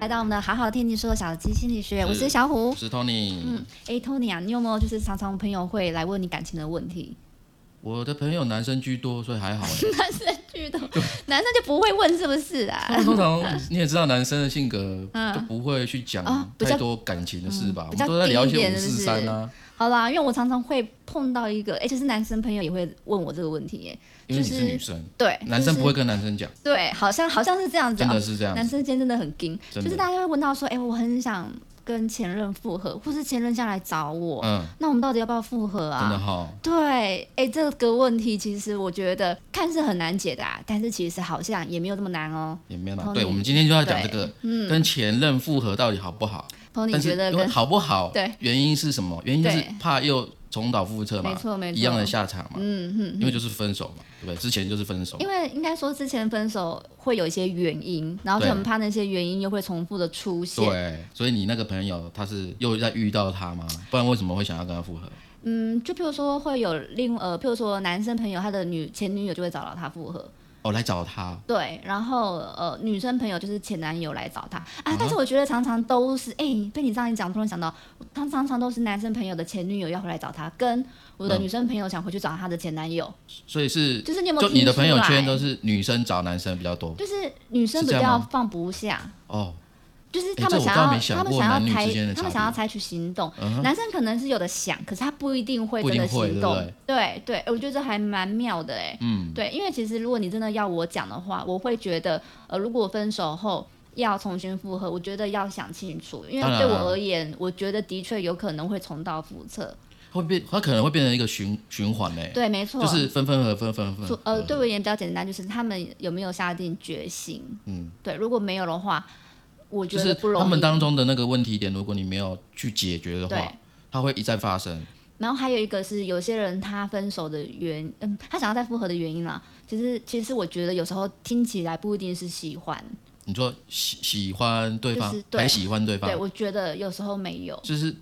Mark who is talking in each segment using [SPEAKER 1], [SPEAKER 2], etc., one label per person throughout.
[SPEAKER 1] 来到我们的好好天气说小鸡心理学，
[SPEAKER 2] 是
[SPEAKER 1] 我是小虎
[SPEAKER 2] 我。是 Tony。
[SPEAKER 1] 嗯，哎，Tony 啊，你有没有就是常常朋友会来问你感情的问题？
[SPEAKER 2] 我的朋友男生居多，所以还好欸。
[SPEAKER 1] 男生去的，男生就不会问是不是啊？
[SPEAKER 2] 他们通常你也知道，男生的性格
[SPEAKER 1] 嗯
[SPEAKER 2] 就不会去讲
[SPEAKER 1] 哦比较
[SPEAKER 2] 太多感情的事吧
[SPEAKER 1] 嗯，
[SPEAKER 2] 我
[SPEAKER 1] 比较
[SPEAKER 2] 们都在聊一
[SPEAKER 1] 低一
[SPEAKER 2] 些
[SPEAKER 1] 点
[SPEAKER 2] 五
[SPEAKER 1] 是不
[SPEAKER 2] 四
[SPEAKER 1] 是
[SPEAKER 2] 三啊，
[SPEAKER 1] 好啦，因为我常常会碰到一个，哎，就是男生朋友也会问我这个问题，耶，
[SPEAKER 2] 因为
[SPEAKER 1] 就
[SPEAKER 2] 你
[SPEAKER 1] 是
[SPEAKER 2] 是女生，
[SPEAKER 1] 对，
[SPEAKER 2] 男生不会跟男生讲，
[SPEAKER 1] 就是，对，好像好像是这样子
[SPEAKER 2] 真
[SPEAKER 1] 啊，
[SPEAKER 2] 的是这样
[SPEAKER 1] 男
[SPEAKER 2] 子。
[SPEAKER 1] 生间真的很硬，就
[SPEAKER 2] 真的
[SPEAKER 1] 是大家会问到说，哎，我很想跟前任复合，或是前任下来找我，
[SPEAKER 2] 嗯，
[SPEAKER 1] 那我们到底要不要复合啊？
[SPEAKER 2] 真的好，
[SPEAKER 1] 对，哎，这个问题其实我觉得看似很难解答，但是其实好像也没有这么难哦。
[SPEAKER 2] 也没有啦
[SPEAKER 1] Tony，
[SPEAKER 2] 对，我们今天就要讲这个，
[SPEAKER 1] 嗯
[SPEAKER 2] 跟前任复合到底好不好？
[SPEAKER 1] ，Tony
[SPEAKER 2] 但是
[SPEAKER 1] 觉得
[SPEAKER 2] 因为
[SPEAKER 1] 跟
[SPEAKER 2] 好不好，
[SPEAKER 1] 对，
[SPEAKER 2] 原因是什么？原因就是
[SPEAKER 1] 对
[SPEAKER 2] 怕又重蹈覆辙嘛，
[SPEAKER 1] 没错没错
[SPEAKER 2] 一样的下场嘛，
[SPEAKER 1] 嗯哼，
[SPEAKER 2] 因为就是分手嘛，对不对？之前就是分手，
[SPEAKER 1] 因为应该说之前分手会有一些原因，然后就
[SPEAKER 2] 对
[SPEAKER 1] 很怕那些原因又会重复的出现。
[SPEAKER 2] 对，所以你那个朋友他是又在遇到他吗？不然为什么会想要跟他复合？
[SPEAKER 1] 嗯，就譬如说会有另呃，譬如说男生朋友他的女前女友就会找到他复合，
[SPEAKER 2] 哦，来找他，
[SPEAKER 1] 对，然后呃女生朋友就是前男友来找他啊。但是我觉得常常都是，哎、被你这样一讲，突然想到，他常常都是男生朋友的前女友要回来找他，跟我的
[SPEAKER 2] 嗯
[SPEAKER 1] 女生朋友想回去找她的前男友，
[SPEAKER 2] 所以是
[SPEAKER 1] 就是你有没有
[SPEAKER 2] 就你
[SPEAKER 1] 听
[SPEAKER 2] 的
[SPEAKER 1] 出
[SPEAKER 2] 朋友圈
[SPEAKER 1] 来
[SPEAKER 2] 都是女生找男生比较多
[SPEAKER 1] 就是女生
[SPEAKER 2] 是
[SPEAKER 1] 比
[SPEAKER 2] 这样
[SPEAKER 1] 较
[SPEAKER 2] 吗
[SPEAKER 1] 放不下。
[SPEAKER 2] 哦，
[SPEAKER 1] 就是
[SPEAKER 2] 诶
[SPEAKER 1] 他
[SPEAKER 2] 这
[SPEAKER 1] 们
[SPEAKER 2] 我
[SPEAKER 1] 想
[SPEAKER 2] 倒
[SPEAKER 1] 要，
[SPEAKER 2] 没想
[SPEAKER 1] 他们
[SPEAKER 2] 过
[SPEAKER 1] 想
[SPEAKER 2] 男
[SPEAKER 1] 要
[SPEAKER 2] 女
[SPEAKER 1] 采
[SPEAKER 2] 之间的，
[SPEAKER 1] 他们
[SPEAKER 2] 差
[SPEAKER 1] 想要
[SPEAKER 2] 别
[SPEAKER 1] 采取行动。
[SPEAKER 2] 嗯哼
[SPEAKER 1] 男生可能是有的想，可是他不一定会
[SPEAKER 2] 不一
[SPEAKER 1] 真的
[SPEAKER 2] 定会
[SPEAKER 1] 行
[SPEAKER 2] 对
[SPEAKER 1] 动。
[SPEAKER 2] 不对
[SPEAKER 1] 对对我觉得这还蛮妙的哎。
[SPEAKER 2] 嗯，
[SPEAKER 1] 对，因为其实如果你真的要我讲的话，我会觉得，呃，如果分手后要重新复合，我觉得要想清楚，因
[SPEAKER 2] 当
[SPEAKER 1] 为
[SPEAKER 2] 然
[SPEAKER 1] 对
[SPEAKER 2] 啊
[SPEAKER 1] 我而言，我觉得的确有可能会重蹈覆辙。
[SPEAKER 2] 会变，他可能会变成一个循循环嘞，
[SPEAKER 1] 对，没错，
[SPEAKER 2] 就是分分合分分分合
[SPEAKER 1] 除。呃，对我而言比较简单，就是他们有没有下定决心？
[SPEAKER 2] 嗯，
[SPEAKER 1] 对，如果没有的话，我觉
[SPEAKER 2] 就
[SPEAKER 1] 得
[SPEAKER 2] 是
[SPEAKER 1] 不容易。
[SPEAKER 2] 他们当中的那个问题点，如果你没有去解决的
[SPEAKER 1] 对
[SPEAKER 2] 话，它会一再发生。
[SPEAKER 1] 然后还有一个是有些人他分手的原，嗯，他想要再复合的原因啦。其实其实我觉得有时候听起来不一定是喜欢，
[SPEAKER 2] 你说喜喜欢对方
[SPEAKER 1] 就是，对
[SPEAKER 2] 还喜欢对方
[SPEAKER 1] 对，我觉得有时候没有。
[SPEAKER 2] 就是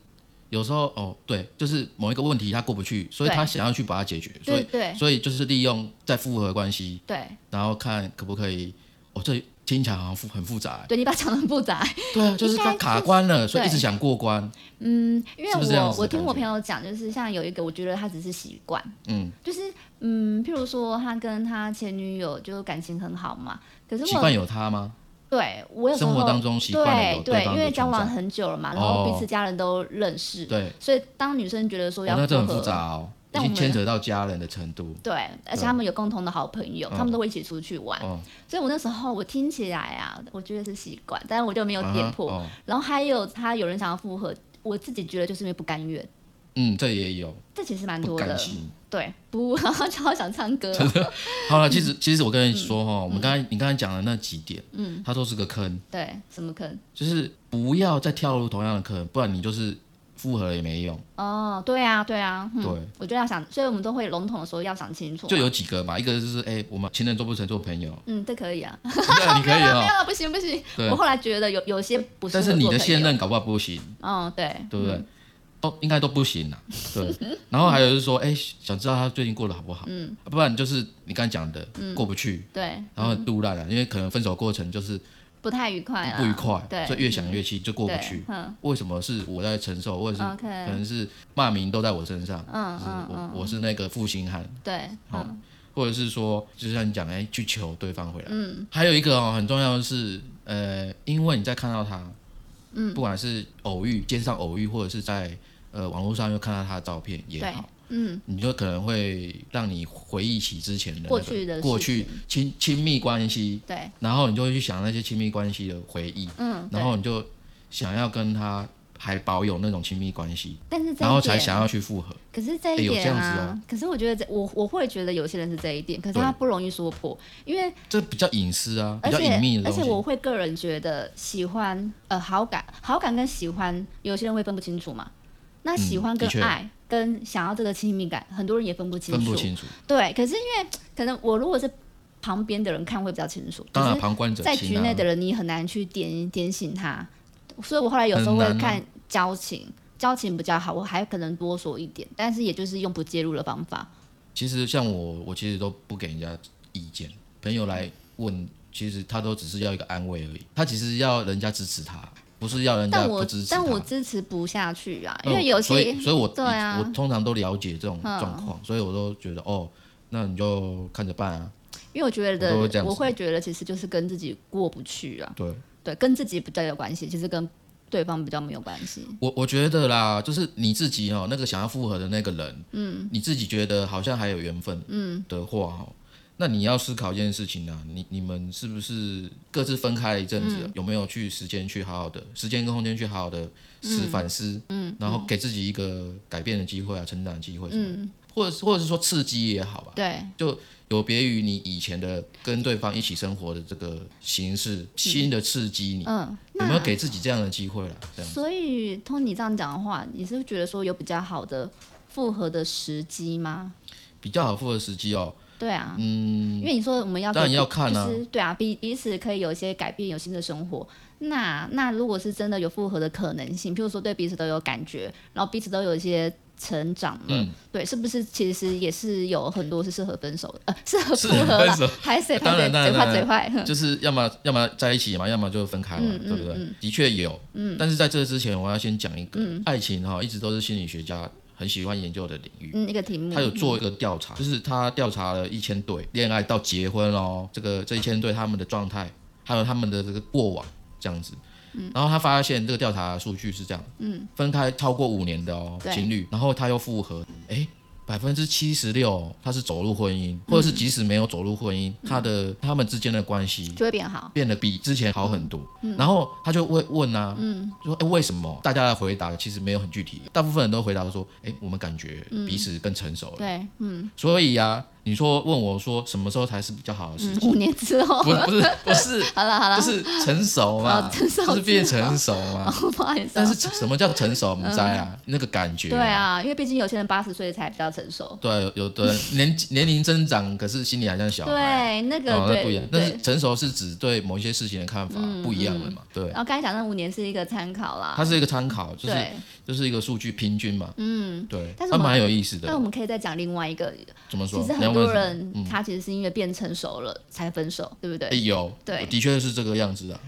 [SPEAKER 2] 有时候哦，对，就是某一个问题他过不去，所以
[SPEAKER 1] 对
[SPEAKER 2] 他想要去把它解决，
[SPEAKER 1] 对
[SPEAKER 2] 所以哎
[SPEAKER 1] 对
[SPEAKER 2] 所以就是利用再复合关系，
[SPEAKER 1] 对
[SPEAKER 2] 然后看可不可以。哦，这听起来好像复很复杂欸。
[SPEAKER 1] 对，你把它讲的复杂，
[SPEAKER 2] 对啊，就是他卡关了，所以
[SPEAKER 1] 对
[SPEAKER 2] 一直想过关。
[SPEAKER 1] 嗯，因为
[SPEAKER 2] 是
[SPEAKER 1] 我
[SPEAKER 2] 不是这样子的
[SPEAKER 1] 我听我
[SPEAKER 2] 感
[SPEAKER 1] 朋
[SPEAKER 2] 觉
[SPEAKER 1] 友讲，就是像有一个，我觉得他只是习惯，
[SPEAKER 2] 嗯，
[SPEAKER 1] 就是嗯，譬如说他跟他前女友就感情很好嘛，可是
[SPEAKER 2] 习
[SPEAKER 1] 我
[SPEAKER 2] 惯有他吗？
[SPEAKER 1] 对我有时
[SPEAKER 2] 生
[SPEAKER 1] 候
[SPEAKER 2] 活当中习惯了
[SPEAKER 1] 对
[SPEAKER 2] 有
[SPEAKER 1] 对，
[SPEAKER 2] 方
[SPEAKER 1] 因
[SPEAKER 2] 的
[SPEAKER 1] 为交
[SPEAKER 2] 存
[SPEAKER 1] 往
[SPEAKER 2] 在。
[SPEAKER 1] 很久了嘛，然后彼
[SPEAKER 2] 哦
[SPEAKER 1] 此家人都认识，
[SPEAKER 2] 对，哦
[SPEAKER 1] 所以当女生觉得说要
[SPEAKER 2] 那这
[SPEAKER 1] 复
[SPEAKER 2] 很复
[SPEAKER 1] 合。
[SPEAKER 2] 杂哦，已
[SPEAKER 1] 但我们
[SPEAKER 2] 经牵扯到家人的程度。
[SPEAKER 1] 对，而且他们有共同的好朋友，
[SPEAKER 2] 嗯
[SPEAKER 1] 他们都会一起出去玩。
[SPEAKER 2] 哦，
[SPEAKER 1] 所以我那时候我听起来啊，我觉得是习惯，但是我就没有点破。
[SPEAKER 2] 啊哈哦
[SPEAKER 1] 然后还有他有人想要复合，我自己觉得就是因为不甘愿，
[SPEAKER 2] 嗯，这也有
[SPEAKER 1] 这其实蛮
[SPEAKER 2] 不
[SPEAKER 1] 多
[SPEAKER 2] 甘
[SPEAKER 1] 的。
[SPEAKER 2] 心。
[SPEAKER 1] 对，不，然后就好想唱歌、
[SPEAKER 2] 好了，
[SPEAKER 1] 嗯
[SPEAKER 2] 其实其实我跟你说哈，我们刚才你刚才讲的那几点，嗯，它都是个坑。
[SPEAKER 1] 对，什么坑？
[SPEAKER 2] 就是不要再跳入同样的坑，不然你就是复合了也没用。
[SPEAKER 1] 哦，对啊，对啊，嗯、
[SPEAKER 2] 对，
[SPEAKER 1] 我就要想，所以我们都会笼统的说要想清楚嘛。
[SPEAKER 2] 就有几个嘛，一个就是哎、我们情人做不成做朋友，
[SPEAKER 1] 嗯，这可以啊，
[SPEAKER 2] 对，你可以
[SPEAKER 1] 没
[SPEAKER 2] 哦、
[SPEAKER 1] 有了，不行不行。
[SPEAKER 2] 对
[SPEAKER 1] 我后来觉得有有些不
[SPEAKER 2] 但
[SPEAKER 1] 适
[SPEAKER 2] 是
[SPEAKER 1] 合
[SPEAKER 2] 你
[SPEAKER 1] 做
[SPEAKER 2] 的
[SPEAKER 1] 朋
[SPEAKER 2] 现
[SPEAKER 1] 友，
[SPEAKER 2] 任搞不好不行，
[SPEAKER 1] 嗯，对，
[SPEAKER 2] 对不对？哦，应该都不行啦。 对，然后还有就是说，哎、想知道他最近过得好不好？嗯，不然就是你刚才讲的、
[SPEAKER 1] 嗯
[SPEAKER 2] 过不去，
[SPEAKER 1] 对，
[SPEAKER 2] 然后很杜烂了，啊
[SPEAKER 1] 嗯
[SPEAKER 2] 因为可能分手过程就是
[SPEAKER 1] 不太愉快啊，
[SPEAKER 2] 不愉快，
[SPEAKER 1] 对
[SPEAKER 2] 所以越想越气，就过不
[SPEAKER 1] 对
[SPEAKER 2] 去。
[SPEAKER 1] 嗯
[SPEAKER 2] 为什么是我在承受，或者是
[SPEAKER 1] ，OK，
[SPEAKER 2] 可能是骂名都在我身上，
[SPEAKER 1] 嗯
[SPEAKER 2] 就是
[SPEAKER 1] 嗯
[SPEAKER 2] 我我是那个负心汉，
[SPEAKER 1] 对，嗯
[SPEAKER 2] 好、或者是说，就像你讲，哎、去求对方回来。嗯，还有一个哦，很重要的是，呃，因为你在看到他，嗯，不管是偶遇、街上偶遇，或者是在呃网络上又看到他的照片也
[SPEAKER 1] 对
[SPEAKER 2] 好，，
[SPEAKER 1] 嗯，
[SPEAKER 2] 你就可能会让你回忆起之前的、那个
[SPEAKER 1] 过去的事情
[SPEAKER 2] 过去亲亲密关系，
[SPEAKER 1] 对，
[SPEAKER 2] 然后你就会去想那些亲密关系的回忆，
[SPEAKER 1] 嗯，对
[SPEAKER 2] 然后你就想要跟他还保有那种亲密关系，
[SPEAKER 1] 但是这
[SPEAKER 2] 然
[SPEAKER 1] 一
[SPEAKER 2] 后才
[SPEAKER 1] 点，
[SPEAKER 2] 想要去复合。
[SPEAKER 1] 可是这
[SPEAKER 2] 哎
[SPEAKER 1] 一
[SPEAKER 2] 有这
[SPEAKER 1] 点
[SPEAKER 2] 样子
[SPEAKER 1] 啊，可是我觉得这我我会觉得有些人是这一点，可是他不容易说破，因为
[SPEAKER 2] 这比较隐私啊，比
[SPEAKER 1] 而
[SPEAKER 2] 较
[SPEAKER 1] 且
[SPEAKER 2] 隐秘的
[SPEAKER 1] 而
[SPEAKER 2] 东西。
[SPEAKER 1] 且我会个人觉得喜欢呃好感好感跟喜欢，有些人会分不清楚嘛。那喜欢
[SPEAKER 2] 嗯
[SPEAKER 1] 跟
[SPEAKER 2] 的确
[SPEAKER 1] 爱、跟想要这个亲密感，很多人也分不清
[SPEAKER 2] 分
[SPEAKER 1] 楚。
[SPEAKER 2] 不清楚，
[SPEAKER 1] 对，可是因为可能我如果是旁边的人看会比较清楚，
[SPEAKER 2] 当
[SPEAKER 1] 可
[SPEAKER 2] 然
[SPEAKER 1] 是
[SPEAKER 2] 旁观者
[SPEAKER 1] 在
[SPEAKER 2] 清
[SPEAKER 1] 局
[SPEAKER 2] 啊
[SPEAKER 1] 内的人你很难去点点醒他，所以我后来有时候
[SPEAKER 2] 很
[SPEAKER 1] 会
[SPEAKER 2] 难啊
[SPEAKER 1] 看交情，交情比较好，我还可能多说一点，但是也就是用不介入的方法。
[SPEAKER 2] 其实像我，我其实都不给人家意见。朋友来问其实他都只是要一个安慰而已，他其实要人家支持他，不是要 人家
[SPEAKER 1] 但我
[SPEAKER 2] 不支持他。
[SPEAKER 1] 但我支持不下去啊，
[SPEAKER 2] 那
[SPEAKER 1] 因为有
[SPEAKER 2] 所
[SPEAKER 1] 些
[SPEAKER 2] 以所以我
[SPEAKER 1] 对啊
[SPEAKER 2] 我通常都了解这种
[SPEAKER 1] 嗯
[SPEAKER 2] 状况，所以我都觉得哦，那你就看着办啊，
[SPEAKER 1] 因为我觉
[SPEAKER 2] 我都会这
[SPEAKER 1] 得
[SPEAKER 2] 样子
[SPEAKER 1] 我会觉得其实就是跟自己过不去啊，
[SPEAKER 2] 对。
[SPEAKER 1] 对，跟自己比较有关系，其实跟对方比较没有关系。
[SPEAKER 2] 我我觉得啦，就是你自己哦，那个想要复合的那个人，嗯，你自己觉得好像还有缘分，嗯的话哦，那你要思考一件事情啊，你你们是不是各自分开了一阵子，有没有去时间去好好的时间跟空间去好好的思、反思，嗯，然后给自己一个改变的机会啊，成长的机会什么的，或者是或者是说刺激也好吧，
[SPEAKER 1] 对，
[SPEAKER 2] 有别于你以前的跟对方一起生活的这个形式，新的刺激你，
[SPEAKER 1] 嗯，
[SPEAKER 2] 有没
[SPEAKER 1] 那
[SPEAKER 2] 有给自己这样的机会啦？这样，
[SPEAKER 1] 所以通你这样讲的话，你是觉得说有比较好的复合的时机吗？
[SPEAKER 2] 比较好复合时机哦。
[SPEAKER 1] 对啊，嗯，因为你说我们要
[SPEAKER 2] 当然要看啊
[SPEAKER 1] 就是对啊，彼彼此可以有一些改变，有新的生活。那那如果是真的有复合的可能性，譬如说对彼此都有感觉，然后彼此都有一些成长了，
[SPEAKER 2] 嗯
[SPEAKER 1] 对，是不是其实也是有很多是适合分手的，呃，适合
[SPEAKER 2] 适
[SPEAKER 1] 复
[SPEAKER 2] 合
[SPEAKER 1] 合啦
[SPEAKER 2] 分手，
[SPEAKER 1] 还是
[SPEAKER 2] 当然当然
[SPEAKER 1] 嘴坏
[SPEAKER 2] 当然
[SPEAKER 1] 嘴坏，
[SPEAKER 2] 就是要么要么在一起嘛，要么就分开嘛，
[SPEAKER 1] 嗯
[SPEAKER 2] 对不对？的确有，但是在这之前，我要先讲一个、
[SPEAKER 1] 嗯
[SPEAKER 2] 爱情哈、一直都是心理学家很喜欢研究的领域。
[SPEAKER 1] 嗯，一个题目
[SPEAKER 2] 他，有做一个调查，就是他调查了一千对恋爱到结婚哦，这个这一千对他们的状态，还有他们的这个过往这样子。
[SPEAKER 1] 嗯
[SPEAKER 2] 然后他发现这个调查数据是这样，嗯，分开超过五年的哦
[SPEAKER 1] 对
[SPEAKER 2] 情侣，然后他又复合，哎，百分之七十六他是走入婚姻，
[SPEAKER 1] 嗯
[SPEAKER 2] 或者是即使没有走入婚姻，他的他们之间的关系
[SPEAKER 1] 就会变好，
[SPEAKER 2] 变得比之前好很多。
[SPEAKER 1] 嗯
[SPEAKER 2] 然后他就会问啊，就说、诶为什么？大家的回答其实没有很具体，大部分人都回答说，哎、我们感觉彼此更成熟了。
[SPEAKER 1] 嗯对，嗯，
[SPEAKER 2] 所以啊，你说问我说什么时候才是比较好的事
[SPEAKER 1] 嗯
[SPEAKER 2] 情？
[SPEAKER 1] 五年之后，
[SPEAKER 2] 不不是不是，
[SPEAKER 1] 好了好了，
[SPEAKER 2] 就是成熟嘛，
[SPEAKER 1] 哦成熟
[SPEAKER 2] 就是变成熟嘛。
[SPEAKER 1] 哦不好意思啊、
[SPEAKER 2] 但是什么叫成熟？我们在啊，那个感觉。
[SPEAKER 1] 对。啊，因为毕竟有些人八十岁才比较成熟，
[SPEAKER 2] 对，有的人年年龄增长，可是心里还像小孩。
[SPEAKER 1] 对，那个、
[SPEAKER 2] 哦，那
[SPEAKER 1] 对
[SPEAKER 2] 不一样。但
[SPEAKER 1] 对嗯
[SPEAKER 2] 是成熟是指对某一些事情的看法不一样了嘛？对啊
[SPEAKER 1] 然，后刚才讲那五年是一个参考啦，
[SPEAKER 2] 它是一个参考，就是
[SPEAKER 1] 啊对，
[SPEAKER 2] 就是一个数据平均嘛。嗯，对，
[SPEAKER 1] 但是
[SPEAKER 2] 它
[SPEAKER 1] 我们
[SPEAKER 2] 蛮有意思
[SPEAKER 1] 但
[SPEAKER 2] 的
[SPEAKER 1] 我。们可以再讲另外一个，
[SPEAKER 2] 怎么说？
[SPEAKER 1] 其实
[SPEAKER 2] 你要
[SPEAKER 1] 很
[SPEAKER 2] 问
[SPEAKER 1] 多
[SPEAKER 2] 什么
[SPEAKER 1] 人、他其实是因为变成熟了才分手，对不对？
[SPEAKER 2] 嗯哎有，
[SPEAKER 1] 对
[SPEAKER 2] 的确是这个样子啊。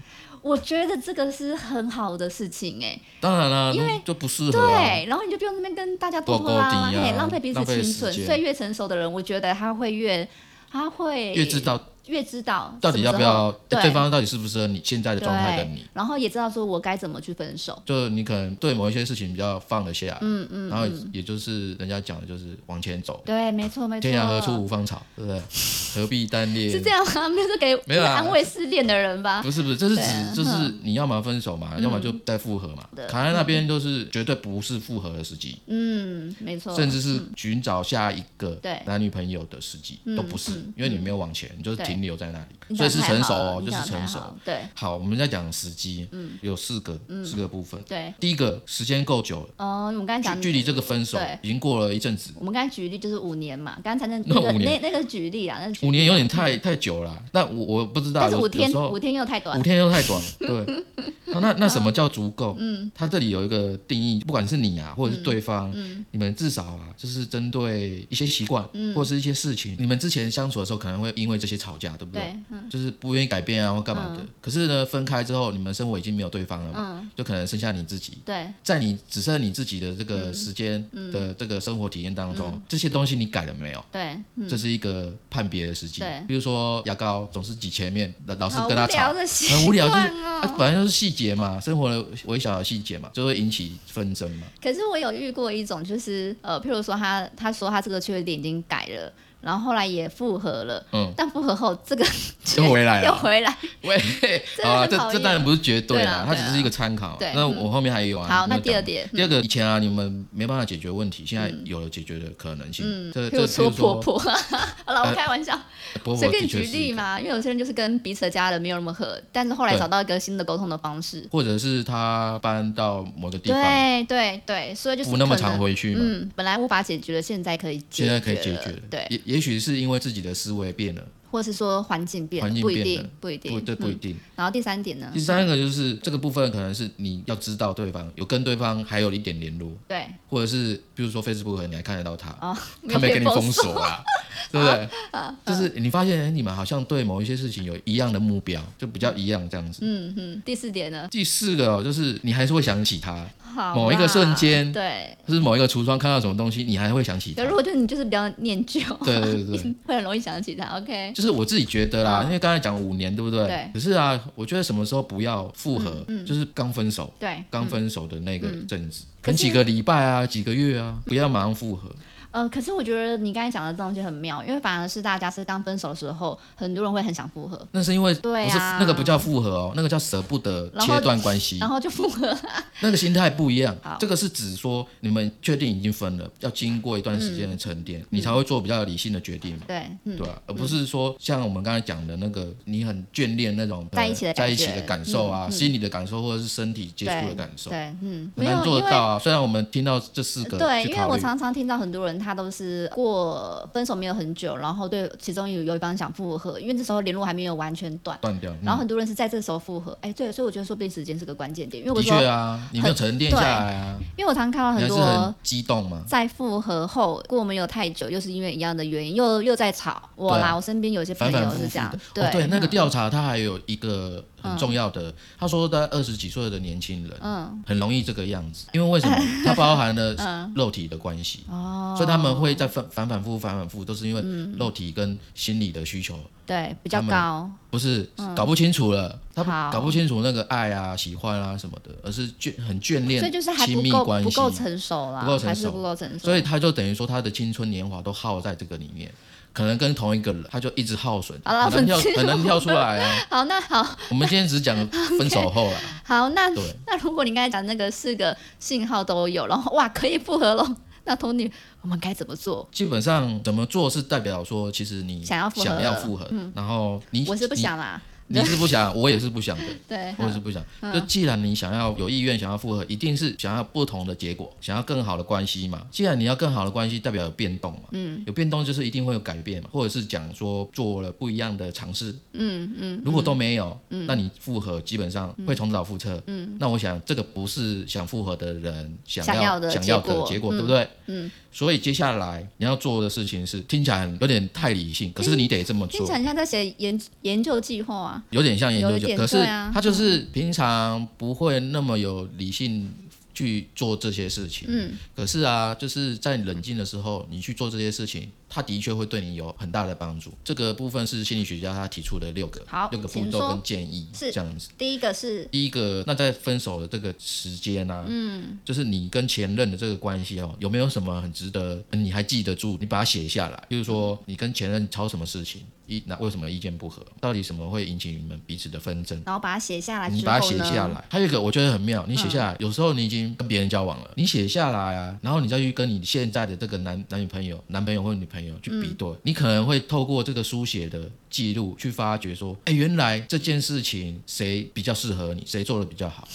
[SPEAKER 1] 我觉得这个是很好的事情哎、
[SPEAKER 2] 当然啦，那就不适合啊。
[SPEAKER 1] 对，然后你就不用那边跟大家拖拖
[SPEAKER 2] 勾勾
[SPEAKER 1] 拉拉，
[SPEAKER 2] 底啊
[SPEAKER 1] 嘿，浪费彼此
[SPEAKER 2] 浪费
[SPEAKER 1] 青
[SPEAKER 2] 时
[SPEAKER 1] 春。
[SPEAKER 2] 间
[SPEAKER 1] 所以越成熟的人，我觉得他会越他会
[SPEAKER 2] 越知道
[SPEAKER 1] 越知道
[SPEAKER 2] 到底
[SPEAKER 1] 什么
[SPEAKER 2] 要不
[SPEAKER 1] 时候
[SPEAKER 2] 要哎
[SPEAKER 1] 对
[SPEAKER 2] 对方到底适不适合你现在的状态的你
[SPEAKER 1] 对，，然后也知道说我该怎么去分手。
[SPEAKER 2] 就你可能对某一些事情比较放得下，嗯嗯，然后也就是人家讲的就是往前走，
[SPEAKER 1] 对，没错没错。
[SPEAKER 2] 天涯何处无芳草，对 不对？何必单
[SPEAKER 1] 是
[SPEAKER 2] 恋
[SPEAKER 1] 这？样吗？没有是给
[SPEAKER 2] 没有啊
[SPEAKER 1] 安慰失恋的人吧？
[SPEAKER 2] 不是不是，这是
[SPEAKER 1] 对嗯啊
[SPEAKER 2] 指就是你要么分手嘛，要么就再复合嘛。卡在那边就是绝对不是复合的时机，
[SPEAKER 1] 嗯，没错。
[SPEAKER 2] 甚至是寻找下一个
[SPEAKER 1] 对嗯
[SPEAKER 2] 男女朋友的时机都不是，因为你没有往前，你就是
[SPEAKER 1] 对
[SPEAKER 2] 停留在那里，
[SPEAKER 1] 你
[SPEAKER 2] 所
[SPEAKER 1] 讲
[SPEAKER 2] 以是
[SPEAKER 1] 太
[SPEAKER 2] 成
[SPEAKER 1] 好
[SPEAKER 2] 熟
[SPEAKER 1] 了
[SPEAKER 2] 哦，
[SPEAKER 1] 你
[SPEAKER 2] 就是
[SPEAKER 1] 讲得太
[SPEAKER 2] 成熟
[SPEAKER 1] 好。。对
[SPEAKER 2] 好，我们在讲时机，
[SPEAKER 1] 嗯
[SPEAKER 2] 有四个四个部分。
[SPEAKER 1] 对，
[SPEAKER 2] 第一个时间够久了，
[SPEAKER 1] 哦，我们刚才讲
[SPEAKER 2] 距距离这个分手
[SPEAKER 1] 对
[SPEAKER 2] 已经过了一阵子，
[SPEAKER 1] 我们刚才举例就是五年嘛，刚才那
[SPEAKER 2] 那
[SPEAKER 1] 那个
[SPEAKER 2] 五
[SPEAKER 1] 那
[SPEAKER 2] 年
[SPEAKER 1] 那个举例啊，那个举
[SPEAKER 2] 五年有点太太久了啊。那我我不知道，
[SPEAKER 1] 但是
[SPEAKER 2] 有
[SPEAKER 1] 五天
[SPEAKER 2] 有时候
[SPEAKER 1] 五天又太短
[SPEAKER 2] 五，天又太短，对。那那那什么叫足够？嗯，它这里有一个定义，不管是你啊，或者是对方，
[SPEAKER 1] 嗯
[SPEAKER 2] 你们至少啊，就是针对一些习惯或者是一些事情，你们之前相处的时候可能会因为这些吵架，对不对？
[SPEAKER 1] 对，嗯
[SPEAKER 2] 就是不愿意改变啊，或干嘛的。可是呢，分开之后，你们生活已经没有对方了
[SPEAKER 1] 嗯
[SPEAKER 2] 嘛，就可能剩下你自己。
[SPEAKER 1] 对，
[SPEAKER 2] 在你只剩你自己的这
[SPEAKER 1] 嗯
[SPEAKER 2] 个时间的这个生活体验当中，这些东西你改了没有？
[SPEAKER 1] 对，
[SPEAKER 2] 这是一个判别的时
[SPEAKER 1] 嗯
[SPEAKER 2] 机
[SPEAKER 1] 对。
[SPEAKER 2] 比如说牙膏总是挤前面，老老是
[SPEAKER 1] 好无
[SPEAKER 2] 跟他
[SPEAKER 1] 聊
[SPEAKER 2] 吵，
[SPEAKER 1] 的习
[SPEAKER 2] 很无聊，就是
[SPEAKER 1] 惯哦
[SPEAKER 2] 啊，本来就是细节嘛，生活的微小的细节嘛，就会引起纷争嘛。
[SPEAKER 1] 可是我有遇过一种，就是呃，譬如说他他说他这个缺点已经改了，然后后来也复合了，
[SPEAKER 2] 嗯，
[SPEAKER 1] 但复合后这个
[SPEAKER 2] 又回 来
[SPEAKER 1] 又
[SPEAKER 2] 了，
[SPEAKER 1] 回来。
[SPEAKER 2] 喂，
[SPEAKER 1] 真的
[SPEAKER 2] 好啊，
[SPEAKER 1] 很
[SPEAKER 2] 这
[SPEAKER 1] 讨厌
[SPEAKER 2] 这当然不是绝对啦，
[SPEAKER 1] 对啦
[SPEAKER 2] 它只是一个参考
[SPEAKER 1] 对。啊
[SPEAKER 2] 那我后面还有啊。
[SPEAKER 1] 好，
[SPEAKER 2] 没
[SPEAKER 1] 那
[SPEAKER 2] 有
[SPEAKER 1] 第二
[SPEAKER 2] 讲
[SPEAKER 1] 点，
[SPEAKER 2] 第二个，以前啊，你们没办法解决问题，现在有了解决的可能性。这
[SPEAKER 1] 譬
[SPEAKER 2] 这
[SPEAKER 1] 嗯如
[SPEAKER 2] 这
[SPEAKER 1] 说
[SPEAKER 2] 是
[SPEAKER 1] 婆 婆，好了，我开玩笑，
[SPEAKER 2] 婆婆
[SPEAKER 1] 随便
[SPEAKER 2] 的确
[SPEAKER 1] 举
[SPEAKER 2] 是一
[SPEAKER 1] 例
[SPEAKER 2] 个
[SPEAKER 1] 嘛，因为有些人就是跟彼此的家人没有那么合，但是后来
[SPEAKER 2] 对
[SPEAKER 1] 找到一个新的沟通的方式。
[SPEAKER 2] 或者是他搬到某个地方，
[SPEAKER 1] 对对对，所以就是
[SPEAKER 2] 不那么
[SPEAKER 1] 可能嗯
[SPEAKER 2] 常回去嘛，
[SPEAKER 1] 嗯，本来无法解决的，现在可以解
[SPEAKER 2] 现在可以解
[SPEAKER 1] 了
[SPEAKER 2] 决了。
[SPEAKER 1] 对，
[SPEAKER 2] 也也许是因为自己的思维变了，
[SPEAKER 1] 或者是说环境变
[SPEAKER 2] 环
[SPEAKER 1] 了，
[SPEAKER 2] 境
[SPEAKER 1] 不一
[SPEAKER 2] 变了
[SPEAKER 1] 定，不一
[SPEAKER 2] 不
[SPEAKER 1] 定。嗯
[SPEAKER 2] 对不一定。
[SPEAKER 1] 然后第三点呢
[SPEAKER 2] 第？三个就是这个部分，可能是你要知道对方有跟对方还有一点联络，
[SPEAKER 1] 对，
[SPEAKER 2] 或者是比如说 Facebook 你还看得到他，
[SPEAKER 1] 哦，
[SPEAKER 2] 他没
[SPEAKER 1] 有
[SPEAKER 2] 给你
[SPEAKER 1] 被
[SPEAKER 2] 封锁 啊，对不
[SPEAKER 1] 哦
[SPEAKER 2] 对？就是你发现哎你们好像对某一些事情有一样的目标，就比较一样这样子。
[SPEAKER 1] 嗯嗯，第四点呢？
[SPEAKER 2] 第四个哦，就是你还是会想起他，
[SPEAKER 1] 好
[SPEAKER 2] 某一个
[SPEAKER 1] 啦
[SPEAKER 2] 瞬间
[SPEAKER 1] 对。
[SPEAKER 2] 就是某一个橱窗看到什么东西，你还会想起
[SPEAKER 1] 可
[SPEAKER 2] 他
[SPEAKER 1] 是。我觉得你就是比较念旧，
[SPEAKER 2] 对对对对
[SPEAKER 1] 会很容易想起他。OK，
[SPEAKER 2] 就是我自己觉得啦，因为刚才讲五年，对不对？
[SPEAKER 1] 嗯对嗯
[SPEAKER 2] 可是啊，我觉得什么时候不要复合，就是刚分手，
[SPEAKER 1] 对，
[SPEAKER 2] 刚分手的那个阵子，可
[SPEAKER 1] 可
[SPEAKER 2] 能
[SPEAKER 1] 是
[SPEAKER 2] 几个礼拜啊，几个月啊，不要马上复合。
[SPEAKER 1] 呃，可是我觉得你刚才讲的东西很妙，因为反而是大家是刚分手的时候，很多人会很想复合，
[SPEAKER 2] 那是因为不
[SPEAKER 1] 对啊
[SPEAKER 2] 是那个不叫复合哦，那个叫舍不得
[SPEAKER 1] 然后
[SPEAKER 2] 切断关系
[SPEAKER 1] 然，后就复合了。
[SPEAKER 2] 那个心态不一样
[SPEAKER 1] 好。
[SPEAKER 2] 这个是指说你们确定已经分了，要经过一段时间的沉
[SPEAKER 1] 嗯
[SPEAKER 2] 淀，你才会做比较理性的决定嘛。
[SPEAKER 1] 对，嗯，
[SPEAKER 2] 对啊，而不是说像我们刚才讲的那个，你很眷恋那种
[SPEAKER 1] 在一起的
[SPEAKER 2] 呃
[SPEAKER 1] 感
[SPEAKER 2] 在
[SPEAKER 1] 觉嗯
[SPEAKER 2] 一起的感受啊，心理的感受或者是身体接触的感受，
[SPEAKER 1] 对，嗯，
[SPEAKER 2] 很
[SPEAKER 1] 没有
[SPEAKER 2] 难做
[SPEAKER 1] 因
[SPEAKER 2] 得
[SPEAKER 1] 为
[SPEAKER 2] 到啊。虽然我们听到这四个
[SPEAKER 1] 对，
[SPEAKER 2] 去
[SPEAKER 1] 因为
[SPEAKER 2] 考
[SPEAKER 1] 我
[SPEAKER 2] 虑
[SPEAKER 1] 常常听到很多人，他都是过分手没有很久，然后对其中有有一方想复合，因为这时候联络还没有完全断，
[SPEAKER 2] 断掉，嗯
[SPEAKER 1] 然后很多人是在这时候复合。哎，对，所以我觉得说不定时间是个关键点，因为我
[SPEAKER 2] 的
[SPEAKER 1] 说，
[SPEAKER 2] 确啊，你没有沉淀下来啊，
[SPEAKER 1] 因为我常看到
[SPEAKER 2] 你
[SPEAKER 1] 很
[SPEAKER 2] 还是
[SPEAKER 1] 多
[SPEAKER 2] 很激动嘛。
[SPEAKER 1] 在复合后过没有太久，又是因为一样的原因，又又在吵。我
[SPEAKER 2] 对
[SPEAKER 1] 啦，
[SPEAKER 2] 啊
[SPEAKER 1] 我身边有些朋
[SPEAKER 2] 反
[SPEAKER 1] 友
[SPEAKER 2] 反复
[SPEAKER 1] 是
[SPEAKER 2] 复
[SPEAKER 1] 这样
[SPEAKER 2] 的，，
[SPEAKER 1] 对、嗯
[SPEAKER 2] 哦、对那个调查，他还有一个很重要的，他说在二十几岁的年轻人，
[SPEAKER 1] 嗯
[SPEAKER 2] 很容易这个样子，因为 为什么？它包含了肉体的关系，
[SPEAKER 1] 哦，嗯
[SPEAKER 2] 所以他们会在反反反复复、反反复复，都是因为肉体跟心理的需求
[SPEAKER 1] 对比较
[SPEAKER 2] 他们
[SPEAKER 1] 高，
[SPEAKER 2] 不是搞不清楚了，他
[SPEAKER 1] 嗯好
[SPEAKER 2] 搞不清楚那个爱啊、喜欢啊什么的，而是眷很眷
[SPEAKER 1] 所以
[SPEAKER 2] 恋
[SPEAKER 1] 就是还
[SPEAKER 2] 亲
[SPEAKER 1] 不
[SPEAKER 2] 密
[SPEAKER 1] 够
[SPEAKER 2] 关
[SPEAKER 1] 不
[SPEAKER 2] 系，
[SPEAKER 1] 够成熟啦，
[SPEAKER 2] 不够成
[SPEAKER 1] 还是
[SPEAKER 2] 熟
[SPEAKER 1] 不够成熟。
[SPEAKER 2] 所以他就等于说他的青春年华都耗在这个里面，可能跟同一个人，他就一直耗损，
[SPEAKER 1] 好啦
[SPEAKER 2] 很难跳
[SPEAKER 1] 我们进入
[SPEAKER 2] 很难跳出来啊。
[SPEAKER 1] 好，那好
[SPEAKER 2] 我们今天 只讲分手后啦，
[SPEAKER 1] 好那
[SPEAKER 2] 对
[SPEAKER 1] 那如果你刚才讲那个四个信号都有，然后哇可以复合了，那 Tony 我们该怎么做？
[SPEAKER 2] 基本上怎么做是代表说，其实你
[SPEAKER 1] 想要复合嗯
[SPEAKER 2] 想要复合，然后你
[SPEAKER 1] 我是不想啦，
[SPEAKER 2] 你，你是不想，我也是不想的。
[SPEAKER 1] 对，嗯
[SPEAKER 2] 我也是不想，就既然你想要有意愿想要复合，一定是想要不同的结果，想要更好的关系嘛。既然你要更好的关系，代表有变动嘛，嗯，有变动就是一定会有改变嘛，或者是讲说做了不一样的尝试，
[SPEAKER 1] 嗯嗯，
[SPEAKER 2] 如果都没有，那你复合基本上会重蹈覆辙。那我想这个不是想复合的人想
[SPEAKER 1] 嗯想要
[SPEAKER 2] 要
[SPEAKER 1] 的
[SPEAKER 2] 想要
[SPEAKER 1] 结
[SPEAKER 2] 的
[SPEAKER 1] 果嗯
[SPEAKER 2] 结果，对不对？所以接下来你要做的事情是，听起来有点太理性，可是你得这么
[SPEAKER 1] 听
[SPEAKER 2] 做
[SPEAKER 1] 起来。很像在写研研究计划啊，
[SPEAKER 2] 有点像研究
[SPEAKER 1] 有
[SPEAKER 2] 者，
[SPEAKER 1] 点
[SPEAKER 2] 可是
[SPEAKER 1] 对啊
[SPEAKER 2] 他就是平常不会那么有理性去做这些事情。
[SPEAKER 1] 嗯，
[SPEAKER 2] 可是啊，就是在冷静的时候，你去做这些事情，他的确会对你有很大的帮助。这个部分是心理学家他提出的六个
[SPEAKER 1] 好
[SPEAKER 2] 六个步
[SPEAKER 1] 请
[SPEAKER 2] 骤
[SPEAKER 1] 说
[SPEAKER 2] 跟建议，
[SPEAKER 1] 是
[SPEAKER 2] 这样子。
[SPEAKER 1] 第一个是
[SPEAKER 2] 第一个，那在分手的这个时间啊，嗯，就是你跟前任的这个关系哦，有没有什么很值得你还记得住？你把它写下来，比如说你跟前任吵什么事情，意那为什么意见不合？到底什么会引起你们彼此的纷争？
[SPEAKER 1] 然后把它写下来之后呢，嗯
[SPEAKER 2] 你把它写下来，还有一个我觉得很妙，你写下来，有时候你已经跟别人交往了，你写下来啊，然后你再去跟你现在的这个男男女朋友、男朋友或女朋友去
[SPEAKER 1] 嗯
[SPEAKER 2] 比对，你可能会透过这个书写的记录去发觉说，哎，原来这件事情谁比较适合你，谁做的比较好。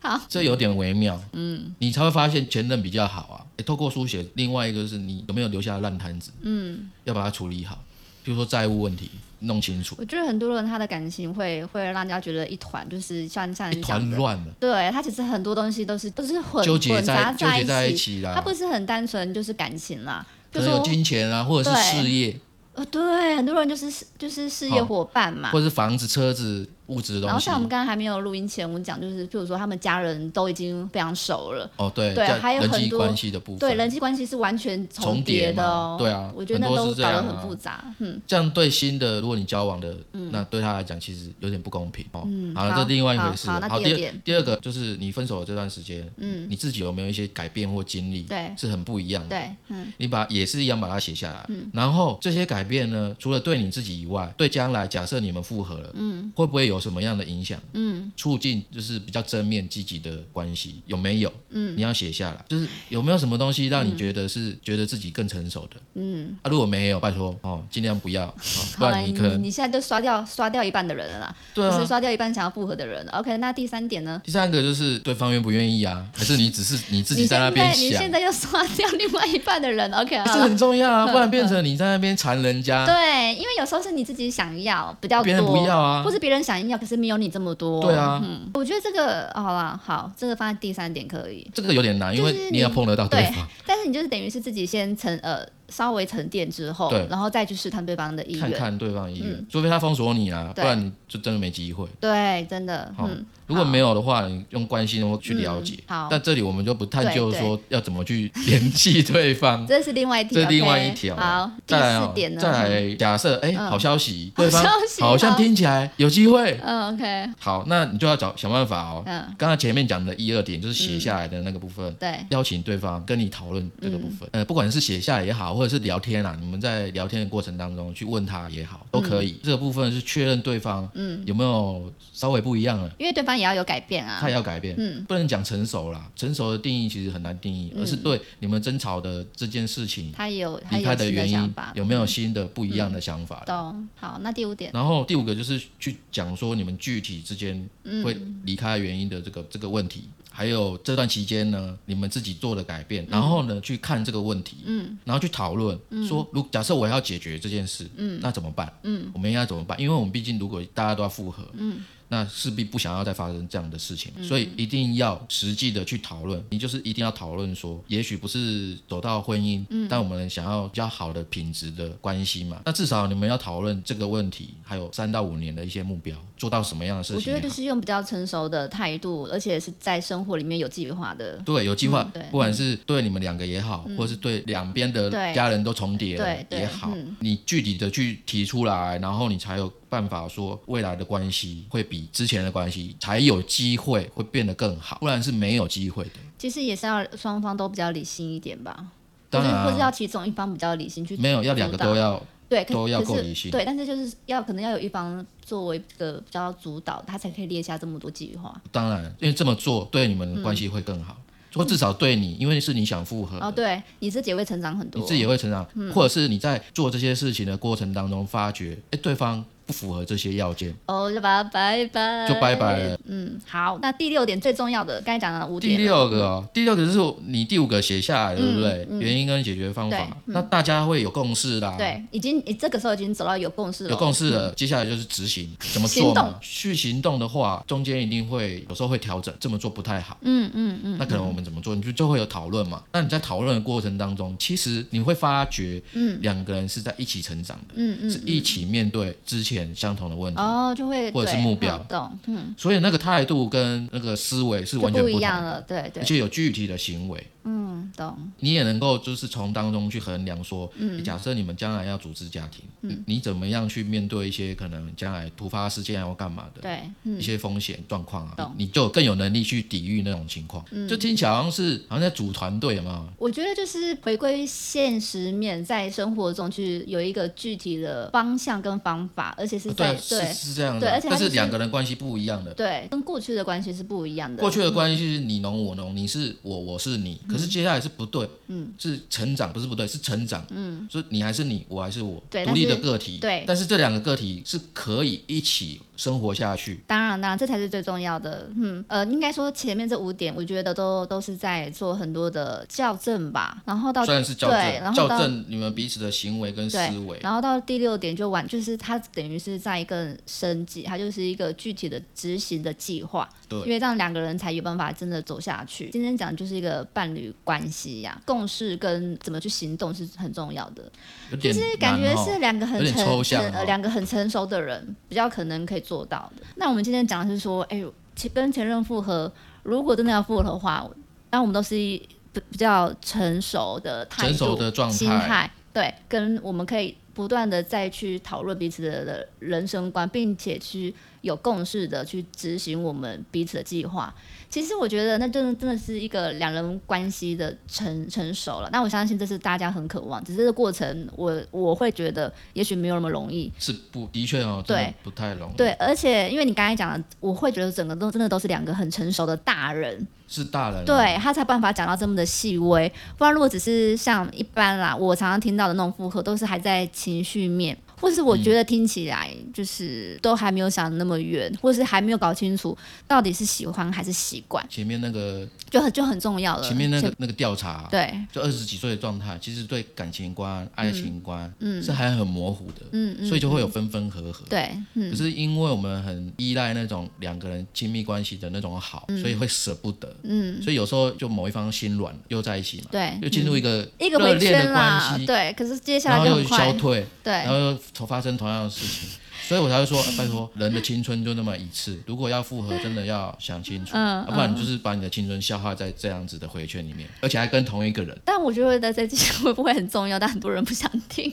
[SPEAKER 1] 好，
[SPEAKER 2] 这有点微妙，嗯，你才会发现前任比较好啊。诶透过书写，另外一个就是你有没有留下烂摊子，嗯，要把它处理好，比如说债务问题弄清楚，
[SPEAKER 1] 我觉得很多人他的感情会会让人家觉得一团，就是像像
[SPEAKER 2] 一
[SPEAKER 1] 你讲
[SPEAKER 2] 团
[SPEAKER 1] 的，
[SPEAKER 2] 乱了。
[SPEAKER 1] 对他其实很多东西都是都是混
[SPEAKER 2] 纠结
[SPEAKER 1] 混杂
[SPEAKER 2] 在纠结在
[SPEAKER 1] 一
[SPEAKER 2] 一，起啦，
[SPEAKER 1] 他不是很单纯就是感情啦，
[SPEAKER 2] 可
[SPEAKER 1] 就
[SPEAKER 2] 能有
[SPEAKER 1] 说
[SPEAKER 2] 金钱啊，或者是
[SPEAKER 1] 对
[SPEAKER 2] 事业，
[SPEAKER 1] 呃对，很多人就是就是事业
[SPEAKER 2] 好
[SPEAKER 1] 伙伴嘛
[SPEAKER 2] 或。者是房子、车子、物质的
[SPEAKER 1] 啊然
[SPEAKER 2] 东
[SPEAKER 1] 后
[SPEAKER 2] 西
[SPEAKER 1] 像我。们刚刚还没有录音前，我们讲就是，譬如说他们家人都已经非常熟了，
[SPEAKER 2] 哦，对，
[SPEAKER 1] 对啊
[SPEAKER 2] 在
[SPEAKER 1] 还有
[SPEAKER 2] 人
[SPEAKER 1] 很
[SPEAKER 2] 际
[SPEAKER 1] 多
[SPEAKER 2] 关系的部分，
[SPEAKER 1] 对人际关系是完全
[SPEAKER 2] 重叠
[SPEAKER 1] 叠的
[SPEAKER 2] 嘛
[SPEAKER 1] 哦。
[SPEAKER 2] 对啊
[SPEAKER 1] 我觉得那
[SPEAKER 2] 很多
[SPEAKER 1] 都
[SPEAKER 2] 是这
[SPEAKER 1] 搞得
[SPEAKER 2] 样啊
[SPEAKER 1] 很复杂。嗯，
[SPEAKER 2] 这样对新的，如果你交往的，那对他来讲其实有点不公平哦。好
[SPEAKER 1] 嗯
[SPEAKER 2] 了，
[SPEAKER 1] 好
[SPEAKER 2] 这另外一回事
[SPEAKER 1] 好好那
[SPEAKER 2] 了。好，
[SPEAKER 1] 第
[SPEAKER 2] 第
[SPEAKER 1] 二
[SPEAKER 2] 二
[SPEAKER 1] 点嗯
[SPEAKER 2] 第二个就是你分手的这段时间，你自己有没有一些改变或经历，
[SPEAKER 1] 对
[SPEAKER 2] 是很不一样的。
[SPEAKER 1] 对，
[SPEAKER 2] 你把也是一样把它写下来，然后这些改变呢，除了对你自己以外，对将来假设你们复合了，嗯，会不会有有什么样的影响？嗯，促进就是比较正面积极的关系有没有？嗯，你要写下来，就是有没有什么东西让你觉得是、
[SPEAKER 1] 嗯
[SPEAKER 2] 觉得自己更成熟的？嗯，啊，如果没有，拜托哦，尽量不 要，哦、不
[SPEAKER 1] 好了，
[SPEAKER 2] 然你
[SPEAKER 1] 你
[SPEAKER 2] 可能
[SPEAKER 1] 你现在就刷掉刷掉一半的人了啦，
[SPEAKER 2] 对啊
[SPEAKER 1] 就是刷掉一半想要复合的人了。OK，那第三点呢？
[SPEAKER 2] 第三个就是对方愿不愿意啊，还是你只是你自己在那边
[SPEAKER 1] 你现在你
[SPEAKER 2] 想
[SPEAKER 1] 现，在就刷掉另外一半的人，OK 啊？
[SPEAKER 2] 这很重要啊，不然变成你在那边缠人家，
[SPEAKER 1] 嗯对，啊因为有时候是你自己想要比较多，
[SPEAKER 2] 别人不要啊
[SPEAKER 1] 或是别人想要，可是没有你这么多。
[SPEAKER 2] 对啊
[SPEAKER 1] 嗯，我觉得这个好啦，好，这个放在第三点可以。
[SPEAKER 2] 这个有点难，因
[SPEAKER 1] 就是
[SPEAKER 2] 为
[SPEAKER 1] 你
[SPEAKER 2] 你要碰得到对
[SPEAKER 1] 对
[SPEAKER 2] 方，，
[SPEAKER 1] 但是你就是等于是自己先沉呃稍微沉淀之后
[SPEAKER 2] 对，
[SPEAKER 1] 然后再去试探对方的意
[SPEAKER 2] 看
[SPEAKER 1] 愿。
[SPEAKER 2] 看对方的意愿，除非他封锁你啊，不
[SPEAKER 1] 嗯对
[SPEAKER 2] 然你就真的没机会。
[SPEAKER 1] 对，真的，
[SPEAKER 2] 好
[SPEAKER 1] 嗯，
[SPEAKER 2] 如果没有的话，你用关心或去了解。
[SPEAKER 1] 嗯好
[SPEAKER 2] 但这里我们就不探究
[SPEAKER 1] 对对
[SPEAKER 2] 说要怎么去 联系对方，
[SPEAKER 1] 这是另外一条，
[SPEAKER 2] 这是另外
[SPEAKER 1] OK
[SPEAKER 2] 一条。
[SPEAKER 1] 好，第
[SPEAKER 2] 再来
[SPEAKER 1] 四
[SPEAKER 2] 哦
[SPEAKER 1] 点呢？
[SPEAKER 2] 再来假设，哎，
[SPEAKER 1] 嗯
[SPEAKER 2] 好消息，
[SPEAKER 1] 好
[SPEAKER 2] 对方
[SPEAKER 1] 消息
[SPEAKER 2] 好像
[SPEAKER 1] 好
[SPEAKER 2] 听起来有机会。
[SPEAKER 1] 嗯，OK，
[SPEAKER 2] 好，那你就要找想办法哦。
[SPEAKER 1] 嗯，
[SPEAKER 2] 刚才前面讲的一二点，就是写下来的那个部分，
[SPEAKER 1] 对，
[SPEAKER 2] 邀请对方跟你讨论这个部
[SPEAKER 1] 嗯
[SPEAKER 2] 分。呃，不管是写下来也好，或者是聊天啊啦，你们在聊天的过程当中去问他也好，都可以。这个部分是确认对方
[SPEAKER 1] 嗯，
[SPEAKER 2] 有没有稍微不一样了，
[SPEAKER 1] 因为对方也要有改变啊
[SPEAKER 2] 他。也要改变。
[SPEAKER 1] 嗯
[SPEAKER 2] 不能讲成熟啦，成熟的定义其实很难定义，而是对你们争吵的这件事情
[SPEAKER 1] 他也有，他
[SPEAKER 2] 离
[SPEAKER 1] 也
[SPEAKER 2] 开
[SPEAKER 1] 有新
[SPEAKER 2] 的
[SPEAKER 1] 的
[SPEAKER 2] 原
[SPEAKER 1] 想
[SPEAKER 2] 因
[SPEAKER 1] 法，嗯
[SPEAKER 2] 有没有新的不一样的想法了。
[SPEAKER 1] 懂？好，那第五点，
[SPEAKER 2] 然后第五个就是去讲说你们具体之间会离开的原因的这个、这个问题，还有这段期间呢，你们自己做的改变，然后呢去看这个问题，嗯，然后去讨论、说，如假设我要解决这件事，嗯，那怎么办？嗯，我们应该怎么办？因为我们毕竟如果大家都要复合，嗯。那势必不想要再发生这样的事情，
[SPEAKER 1] 嗯
[SPEAKER 2] 所以一定要实际的去讨论。你就是一定要讨论说，也许不是走到婚姻，
[SPEAKER 1] 嗯
[SPEAKER 2] 但我们想要比较好的品质的关系嘛。那至少你们要讨论这个问题，还有三到五年的一些目标，做到什么样的事
[SPEAKER 1] 我
[SPEAKER 2] 情
[SPEAKER 1] 觉得
[SPEAKER 2] 也好
[SPEAKER 1] 就。是用比较成熟的态度，而且是在生活里面有计划的。
[SPEAKER 2] 对，有计划
[SPEAKER 1] 嗯对，嗯
[SPEAKER 2] 不管是对你们两个也好，或是对两边的
[SPEAKER 1] 对
[SPEAKER 2] 家人都重叠了
[SPEAKER 1] 对对
[SPEAKER 2] 也好
[SPEAKER 1] 嗯，
[SPEAKER 2] 你具体的去提出来，然后你才有办法说未来的关系会比之前的关系才有机会会变得更好，不然是没有机会的。
[SPEAKER 1] 其实也是要双方都比较理性一点吧，
[SPEAKER 2] 当然、
[SPEAKER 1] 或是或是
[SPEAKER 2] 啊
[SPEAKER 1] 要，其中一方比较理性去
[SPEAKER 2] 没有要两个都要
[SPEAKER 1] 对，可
[SPEAKER 2] 都要
[SPEAKER 1] 可
[SPEAKER 2] 够
[SPEAKER 1] 是
[SPEAKER 2] 理性
[SPEAKER 1] 对，但是就是要可能要有一方作为一个比较主导，他才可以列下这么多计划。
[SPEAKER 2] 当然，因为这么做对你们的关系会更好，或至少对你，因为是你想复合，
[SPEAKER 1] 嗯哦，嗯对，你自己也会成长很多。
[SPEAKER 2] 嗯你自己也会成长，或者是你在做这些事情的过程当中发觉，哎、对方不符合这些要件，
[SPEAKER 1] 哦，就把它拜拜，
[SPEAKER 2] 就拜拜了。
[SPEAKER 1] 嗯，好，那第六点最重要的，刚才讲了五
[SPEAKER 2] 第
[SPEAKER 1] 点了，
[SPEAKER 2] 六个哦，第六个就是你第五个写下来，对不对？原因跟解决方
[SPEAKER 1] 嗯对嗯
[SPEAKER 2] 法，那大家会有共识啦。。
[SPEAKER 1] 对，已经你这个时候已经走到有共识了，
[SPEAKER 2] 有共识了，接下来就是执行，怎么
[SPEAKER 1] 哦
[SPEAKER 2] 做
[SPEAKER 1] 行
[SPEAKER 2] 嘛
[SPEAKER 1] 动？
[SPEAKER 2] 去行动的话，中间一定会有时候会调整，这么做不太好。
[SPEAKER 1] 嗯嗯嗯，
[SPEAKER 2] 那可能我们怎么做，你就就会有讨论嘛。那你在讨论的过程当中，其实你会发觉，嗯，两个人是在一起成长的，
[SPEAKER 1] 嗯
[SPEAKER 2] 是一起面对之前相同的问题，
[SPEAKER 1] 哦，就会
[SPEAKER 2] 或者是
[SPEAKER 1] 对
[SPEAKER 2] 目标
[SPEAKER 1] 嗯懂，嗯，
[SPEAKER 2] 所以那个态度跟那个思维是
[SPEAKER 1] 就
[SPEAKER 2] 完全
[SPEAKER 1] 不一
[SPEAKER 2] 同
[SPEAKER 1] 样
[SPEAKER 2] 的，
[SPEAKER 1] 了，对对
[SPEAKER 2] 而，且有具体的行为。
[SPEAKER 1] 嗯，懂，
[SPEAKER 2] 你也能够就是从当中去衡量说，
[SPEAKER 1] 嗯
[SPEAKER 2] 假设你们将来要组织家庭，你你怎么样去面对一些可能将来突发事件要啊干嘛的
[SPEAKER 1] 对，嗯
[SPEAKER 2] 一，些风险状况啊
[SPEAKER 1] 懂，嗯
[SPEAKER 2] 你你就更有能力去抵御那种情况。就听起来好像是好像在组团队，有没有？
[SPEAKER 1] 我觉得就是回归现实面，在生活中去有一个具体的方向跟方法，而且是在
[SPEAKER 2] 对啊，是
[SPEAKER 1] 对
[SPEAKER 2] 是这样
[SPEAKER 1] 对
[SPEAKER 2] 的
[SPEAKER 1] 而，且它
[SPEAKER 2] 但是
[SPEAKER 1] 就是
[SPEAKER 2] 两个人关系不一样的。
[SPEAKER 1] 对，跟过去的关系是不一样的。
[SPEAKER 2] 过去的关系是你侬我侬，你是我我是你，可是接下来是不对，嗯，是成长不是不对，是成长，嗯，所以你还是你，我还是我，
[SPEAKER 1] 对
[SPEAKER 2] 独立的
[SPEAKER 1] 但是
[SPEAKER 2] 个体，
[SPEAKER 1] 对
[SPEAKER 2] 但是这两个个体是可以一起生活下去，
[SPEAKER 1] 当然，当然，这才是最重要的。嗯，呃，应该说前面这五点，我觉得都都是在做很多的校正吧。然后到
[SPEAKER 2] 虽然是校
[SPEAKER 1] 对，然后
[SPEAKER 2] 正，校
[SPEAKER 1] 到
[SPEAKER 2] 正你们彼此的行为跟思
[SPEAKER 1] 对
[SPEAKER 2] 维，
[SPEAKER 1] 然后到第六点就完，就是它等于是在一个升级，它就是一个具体的执行的计划。
[SPEAKER 2] 对
[SPEAKER 1] 因为让两个人才有办法真的走下去。今天讲的就是一个伴侣关系呀、共识跟怎么去行动是很重要的。
[SPEAKER 2] 有点
[SPEAKER 1] 就是感觉
[SPEAKER 2] 难哦
[SPEAKER 1] 是两个很
[SPEAKER 2] 有点
[SPEAKER 1] 成
[SPEAKER 2] 抽象
[SPEAKER 1] 成
[SPEAKER 2] 哦
[SPEAKER 1] 呃两个很成熟的人比较可能可以做到的。那我们今天讲的是说，哎、前跟前任复合，如果真的要复合的话，那我们都是一比比较成熟的态度、
[SPEAKER 2] 成熟的状态
[SPEAKER 1] 心态，对，跟我们可以不断的再去讨论彼此的的人生观，并且去有共识的去执行我们彼此的计划。其实我觉得那真的真的是一个两人关系的成成熟了。那我相信这是大家很渴望，只是这个过程我我会觉得也许没有那么容易。
[SPEAKER 2] 是不的确哦，真的不太容易，
[SPEAKER 1] 对，而且因为你刚才讲的，我会觉得整个都真的都是两个很成熟的大人，
[SPEAKER 2] 是大人、啊，
[SPEAKER 1] 对他才有办法讲到这么的细微，不然如果只是像一般啦，我常常听到的那种复合，都是还在情绪面，或是我
[SPEAKER 2] 嗯
[SPEAKER 1] 觉得听起来就是都还没有想那么远，或是还没有搞清楚到底是喜欢还是习惯，
[SPEAKER 2] 前面那个
[SPEAKER 1] 就很就很重要了。
[SPEAKER 2] 前面那个那个调查、
[SPEAKER 1] 呃
[SPEAKER 2] 啊
[SPEAKER 1] 对，
[SPEAKER 2] 就二十几岁的状态，其实对感情观、爱情观，是还很模糊的，
[SPEAKER 1] 嗯嗯，
[SPEAKER 2] 所以就会有分分合合。
[SPEAKER 1] 对，嗯
[SPEAKER 2] 可是因为我们很依赖那种两个人亲密关系的那种好，所以会舍不得，
[SPEAKER 1] 嗯，
[SPEAKER 2] 所以有时候就某一方心软，又在一起嘛，
[SPEAKER 1] 对，嗯
[SPEAKER 2] 又进入一个
[SPEAKER 1] 一个
[SPEAKER 2] 热
[SPEAKER 1] 回
[SPEAKER 2] 恋
[SPEAKER 1] 圈
[SPEAKER 2] 的
[SPEAKER 1] 啦
[SPEAKER 2] 关，系，
[SPEAKER 1] 对，可是接下
[SPEAKER 2] 然
[SPEAKER 1] 来
[SPEAKER 2] 后
[SPEAKER 1] 就
[SPEAKER 2] 又
[SPEAKER 1] 很
[SPEAKER 2] 消
[SPEAKER 1] 快，
[SPEAKER 2] 退，
[SPEAKER 1] 对
[SPEAKER 2] 然，后又重发生同样的事情，所以我才会说，啊拜托，人的青春就那么一次，如果要复合，真的要想清楚，
[SPEAKER 1] 嗯
[SPEAKER 2] 要啊不然你就是把你的青春消耗在这样子的回圈里面，而且还跟同一个人，
[SPEAKER 1] 但我觉得在这期会不会很重要？但很多人不想听。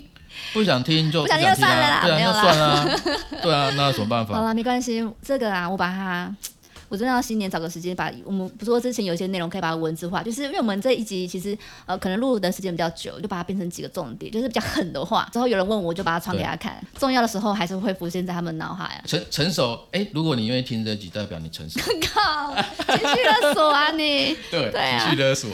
[SPEAKER 2] 不想听就
[SPEAKER 1] 不想听
[SPEAKER 2] 想
[SPEAKER 1] 就
[SPEAKER 2] 听啊，
[SPEAKER 1] 算了啦
[SPEAKER 2] 对
[SPEAKER 1] 没有啦
[SPEAKER 2] 啊，那算啦， 对啊，那有什么办
[SPEAKER 1] 好
[SPEAKER 2] 法？
[SPEAKER 1] 啦，没关系，这个啊，我把它，我真的要新年找个时间把我们不是说之前有一些内容可以把它文字化，就是因为我们这一集其实呃可能录的时间比较久，就把它变成几个重点，就是比较狠的话， 之后有人问我就把它传给他看，重要的时候还是会浮现在他们脑 海。啊
[SPEAKER 2] 成成熟，哎，如果你愿意听这集，代表你成 熟，
[SPEAKER 1] 靠，情绪勒索啊你！
[SPEAKER 2] 对嗯
[SPEAKER 1] 对啊
[SPEAKER 2] 情绪勒索，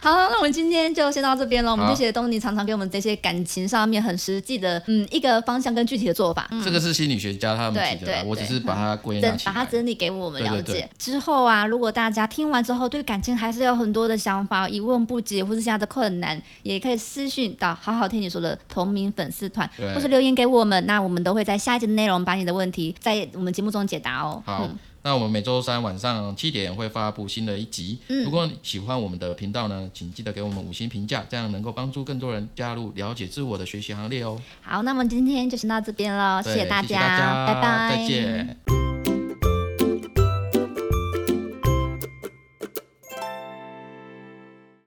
[SPEAKER 1] 好，那我们今天就先到这边喽。我们
[SPEAKER 2] 好
[SPEAKER 1] 就谢谢东尼常常给我们这些感情上面很实际的嗯一个方向跟具体的做法。嗯
[SPEAKER 2] 这个是心理学家他们
[SPEAKER 1] 对
[SPEAKER 2] 提的啦，
[SPEAKER 1] 对
[SPEAKER 2] 我只
[SPEAKER 1] 对
[SPEAKER 2] 是把它归纳
[SPEAKER 1] 整
[SPEAKER 2] 起
[SPEAKER 1] 把它
[SPEAKER 2] 来。
[SPEAKER 1] 整理给我们了解
[SPEAKER 2] 对对对
[SPEAKER 1] 之后啊，如果大家听完之后对感情还是有很多的想法、疑问不解，或是现在的困难，也可以私讯到好好听你说的同名粉丝团，
[SPEAKER 2] 对
[SPEAKER 1] 或是留言给我们，那我们都会在下一集的内容把你的问题在我们节目中解答哦。
[SPEAKER 2] 好，那我们每周三晚上七点会发布新的一集。如果你喜欢我们的频道呢，请记得给我们五星评价，这样能够帮助更多人加入了解自我的学习行列哦。
[SPEAKER 1] 好，那么今天就先到这边喽，
[SPEAKER 2] 对
[SPEAKER 1] 谢大
[SPEAKER 2] 谢谢大家
[SPEAKER 1] 拜拜，
[SPEAKER 2] 再见。